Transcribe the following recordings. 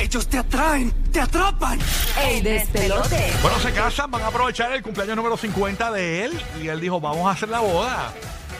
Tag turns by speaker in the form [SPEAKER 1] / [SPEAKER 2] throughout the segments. [SPEAKER 1] Ellos te atraen, te atrapan.
[SPEAKER 2] El despelote.
[SPEAKER 3] Bueno, se casan, van a aprovechar el cumpleaños número 50 de él y él dijo, vamos a hacer la boda.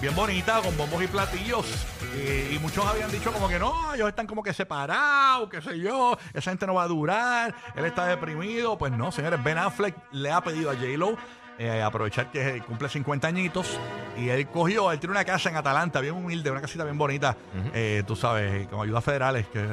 [SPEAKER 3] Bien bonita, con bombos y platillos. Eh, y muchos habían dicho como que no, ellos están como que separados, qué sé yo, esa gente no va a durar, él está deprimido. Pues no, señores, Ben Affleck le ha pedido a J-Lo eh, aprovechar que cumple 50 añitos y él cogió, él tiene una casa en Atalanta, bien humilde, una casita bien bonita, eh, tú sabes, con ayudas federales que,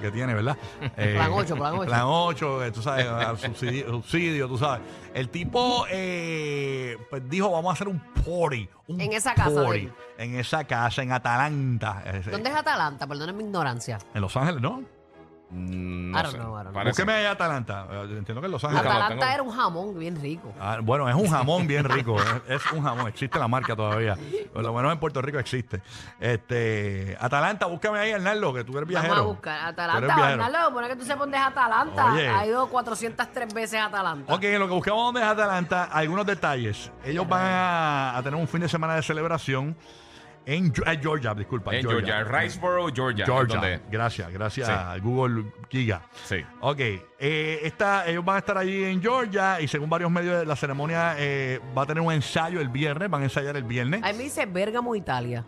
[SPEAKER 3] que tiene, ¿verdad? Eh,
[SPEAKER 2] Plan ocho, plan ocho.
[SPEAKER 3] Plan 8, eh, tú sabes, al subsidio, subsidio, tú sabes. El tipo eh, pues dijo, vamos a hacer un party. un
[SPEAKER 2] En esa casa de
[SPEAKER 3] party,
[SPEAKER 2] él.
[SPEAKER 3] en esa casa, en Atalanta. eh,
[SPEAKER 2] ¿Dónde es Atalanta? Perdona mi ignorancia.
[SPEAKER 3] En Los Ángeles, ¿no?
[SPEAKER 2] I
[SPEAKER 4] Mm, No
[SPEAKER 2] don't
[SPEAKER 4] sé.
[SPEAKER 2] know, I don't know.
[SPEAKER 4] Parece.
[SPEAKER 3] Búsqueme ahí Atalanta. eh, Entiendo que en Los Ángeles.
[SPEAKER 4] Búscalo,
[SPEAKER 2] Atalanta
[SPEAKER 4] tengo-
[SPEAKER 2] era un jamón bien rico.
[SPEAKER 3] Ah, bueno, es un jamón bien rico. eh, es, es un jamón. Existe la marca todavía. Por lo menos en Puerto Rico existe. Este, Atalanta, búscame ahí, Arnaldo, que tú eres viajero.
[SPEAKER 2] Vamos a buscar
[SPEAKER 3] Tú
[SPEAKER 2] Atalanta.
[SPEAKER 3] eres viajero.
[SPEAKER 2] Arnaldo, pone que tú se pones Atalanta.
[SPEAKER 3] Oye.
[SPEAKER 2] Ha ido 403 veces a Atalanta.
[SPEAKER 3] Ok, lo que buscamos donde es Atalanta, algunos detalles. Ellos van a, a tener un fin de semana de celebración en Gio- eh, Georgia, disculpa.
[SPEAKER 4] En Georgia, Riceboro, Georgia.
[SPEAKER 3] Georgia.
[SPEAKER 4] ¿Dónde?
[SPEAKER 3] Gracias, gracias
[SPEAKER 4] Sí.
[SPEAKER 3] a Google Giga.
[SPEAKER 4] Sí.
[SPEAKER 3] Ok, eh, esta- ellos van a estar allí en Georgia y según varios medios, la ceremonia eh, va a tener un ensayo el viernes, van a ensayar el viernes.
[SPEAKER 2] Ahí me dice Bérgamo, Italia.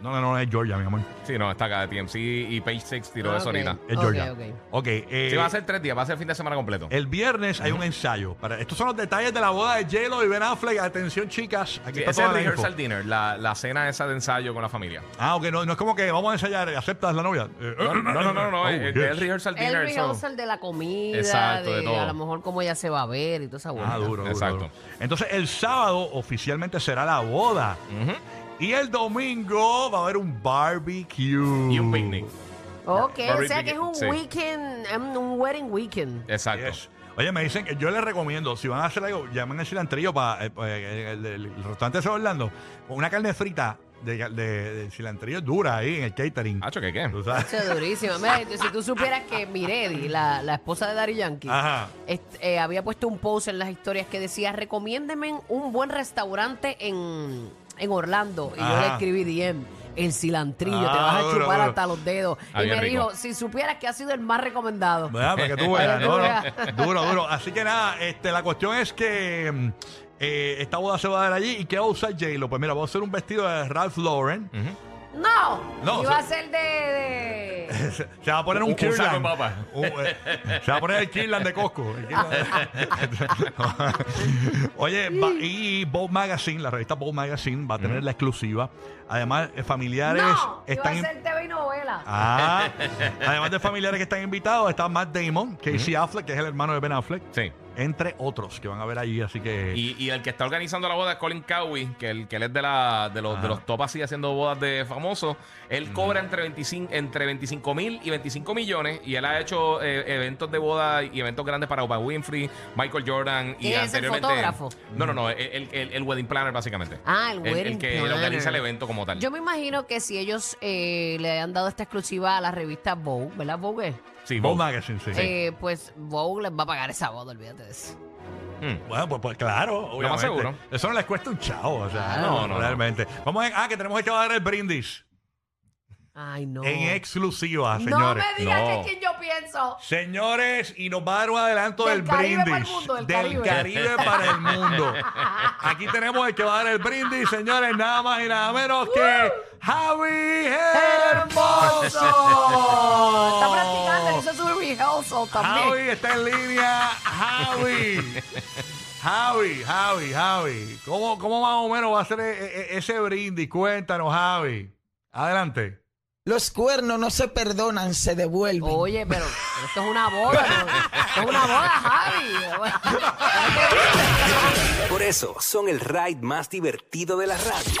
[SPEAKER 3] No, no, no, es Georgia, mi amor.
[SPEAKER 4] Sí, no, está acá. TMC y Page Six tiró
[SPEAKER 2] Ah,
[SPEAKER 4] eso
[SPEAKER 2] ok.
[SPEAKER 4] ahorita.
[SPEAKER 3] Es
[SPEAKER 2] Ok,
[SPEAKER 3] Georgia.
[SPEAKER 2] ok.
[SPEAKER 3] Ok, eh,
[SPEAKER 4] Sí, va a ser tres días, va a ser fin de semana completo.
[SPEAKER 3] el viernes hay un ensayo. Para, estos son los detalles de la boda de J-Lo y Ben Affleck. Atención, chicas. Aquí
[SPEAKER 4] Sí,
[SPEAKER 3] está
[SPEAKER 4] ese es
[SPEAKER 3] toda
[SPEAKER 4] el
[SPEAKER 3] la info.
[SPEAKER 4] rehearsal dinner, la, la cena esa de ensayo con la familia.
[SPEAKER 3] Ah, ok, no, no es como que vamos a ensayar, aceptas la novia. Eh,
[SPEAKER 4] No, no, no, no, no,
[SPEAKER 3] oh,
[SPEAKER 4] es,
[SPEAKER 3] yes.
[SPEAKER 4] es el rehearsal
[SPEAKER 2] El
[SPEAKER 4] dinner. so-
[SPEAKER 2] rehearsal de la comida,
[SPEAKER 4] Exacto, de
[SPEAKER 2] de,
[SPEAKER 4] todo.
[SPEAKER 2] a lo mejor cómo ella se va a ver y toda esa vuelta.
[SPEAKER 3] Ah, duro, duro,
[SPEAKER 4] Exacto.
[SPEAKER 3] duro. Entonces, el sábado oficialmente será la boda. Y el domingo va a haber un barbecue.
[SPEAKER 4] Y un picnic.
[SPEAKER 2] Ok, o sea
[SPEAKER 4] Barbecue,
[SPEAKER 2] que es un
[SPEAKER 4] sí.
[SPEAKER 2] weekend, um, un wedding weekend.
[SPEAKER 4] Exacto.
[SPEAKER 3] Yes. Oye, me dicen que yo les recomiendo, si van a hacer algo, llamen al cilantrillo para eh, eh, el, el- el restaurante de San Orlando, con una carne frita de, de- de cilantrillo dura ahí en el catering.
[SPEAKER 4] Acho, ¿qué qué?
[SPEAKER 3] ¿Tú sabes?
[SPEAKER 2] Eso es durísimo. Mira, si tú supieras que Miredi, la, la esposa de Dari Yankee,
[SPEAKER 3] Ajá.
[SPEAKER 2] est- eh, había puesto un post en las historias que decía, recomiéndeme un buen restaurante en, en Orlando. Y yo
[SPEAKER 3] Ajá.
[SPEAKER 2] le escribí DM, el cilantrillo, te
[SPEAKER 3] Ah,
[SPEAKER 2] vas a
[SPEAKER 3] duro,
[SPEAKER 2] chupar
[SPEAKER 3] duro.
[SPEAKER 2] hasta los dedos.
[SPEAKER 4] Ah,
[SPEAKER 2] y
[SPEAKER 4] bien
[SPEAKER 2] me
[SPEAKER 4] rico.
[SPEAKER 2] dijo, si supieras que ha sido el más recomendado.
[SPEAKER 3] ¿Verdad? Para que tú veas,
[SPEAKER 2] Para que
[SPEAKER 3] no,
[SPEAKER 2] tú
[SPEAKER 3] no.
[SPEAKER 2] veas.
[SPEAKER 3] Duro, duro. Así que nada, este, la cuestión es que mm, eh, esta boda se va a dar allí. ¿Y qué va a usar J-Lo? Pues mira, va a usar un vestido de Ralph Lauren.
[SPEAKER 2] No,
[SPEAKER 3] No,
[SPEAKER 2] iba
[SPEAKER 3] o
[SPEAKER 2] a ser de... de-
[SPEAKER 3] Se, se va a poner
[SPEAKER 4] Un-
[SPEAKER 3] un,
[SPEAKER 4] un saco
[SPEAKER 3] Kirlan.
[SPEAKER 4] de papa.
[SPEAKER 3] Un, eh, se va a poner el Kirlan de Costco. El Kirlan de- Oye, va- y Vogue Magazine, la revista Vogue Magazine, va a tener la exclusiva. Además, eh, familiares
[SPEAKER 2] no,
[SPEAKER 3] están...
[SPEAKER 2] iba
[SPEAKER 3] in-
[SPEAKER 2] a ser TV y novela.
[SPEAKER 3] Ah, además de familiares que están invitados, está Matt Damon, Casey Affleck, que es el hermano de Ben Affleck.
[SPEAKER 4] Sí.
[SPEAKER 3] entre otros que van a ver allí, así que...
[SPEAKER 4] Y, y el que está organizando la boda es Colin Cowie, que, el, que él es de, la, de, los, de los top así haciendo bodas de famosos. Él cobra entre 25 entre 25 mil y 25 millones y él ha hecho eh, eventos de boda y eventos grandes para Oprah Winfrey, Michael Jordan y
[SPEAKER 2] ¿Quién es el
[SPEAKER 4] anteriormente...
[SPEAKER 2] fotógrafo?
[SPEAKER 4] No, no, no, el, el- el wedding planner básicamente.
[SPEAKER 2] Ah, el wedding
[SPEAKER 4] que
[SPEAKER 2] planner.
[SPEAKER 4] organiza el evento como tal.
[SPEAKER 2] Yo me imagino que si ellos eh, le han dado esta exclusiva a la revista Vogue, ¿verdad Vogue? es?
[SPEAKER 4] sí,
[SPEAKER 3] Vogue
[SPEAKER 4] Vogue.
[SPEAKER 3] Magazine, sí.
[SPEAKER 2] Eh, pues Vogue les va a pagar esa boda, olvídate de eso.
[SPEAKER 4] Mm.
[SPEAKER 3] Bueno, pues, pues claro, obviamente.
[SPEAKER 4] más seguro.
[SPEAKER 3] Eso no les cuesta un chavo, o sea,
[SPEAKER 4] Ah, no, no, no.
[SPEAKER 3] realmente. Vamos a, ah, que tenemos que dar el brindis
[SPEAKER 2] Ay, no.
[SPEAKER 3] en exclusiva,
[SPEAKER 2] no
[SPEAKER 3] señores.
[SPEAKER 2] me digas
[SPEAKER 4] No.
[SPEAKER 2] que es quien yo pienso.
[SPEAKER 3] Señores, y nos va a dar un adelanto
[SPEAKER 2] Del
[SPEAKER 3] del,
[SPEAKER 2] Caribe para el
[SPEAKER 3] brindis.
[SPEAKER 2] mundo, del
[SPEAKER 3] del
[SPEAKER 2] Caribe.
[SPEAKER 3] Caribe para el mundo. Aquí tenemos el que va a dar el brindis, señores, nada más y nada menos que Javi Hermoso.
[SPEAKER 2] Está
[SPEAKER 3] Oh.
[SPEAKER 2] practicando, hizo su rehearsal también.
[SPEAKER 3] Javi está en línea. Javi. Javi, Javi, Javi. ¿Cómo, cómo más o menos va a ser e- e- ese brindis? Cuéntanos, Javi. Adelante.
[SPEAKER 5] Los cuernos no se perdonan, se devuelven.
[SPEAKER 2] Oye, pero, pero esto es una boda. pero- esto es una boda, Javi.
[SPEAKER 1] Por eso son el ride más divertido de la radio.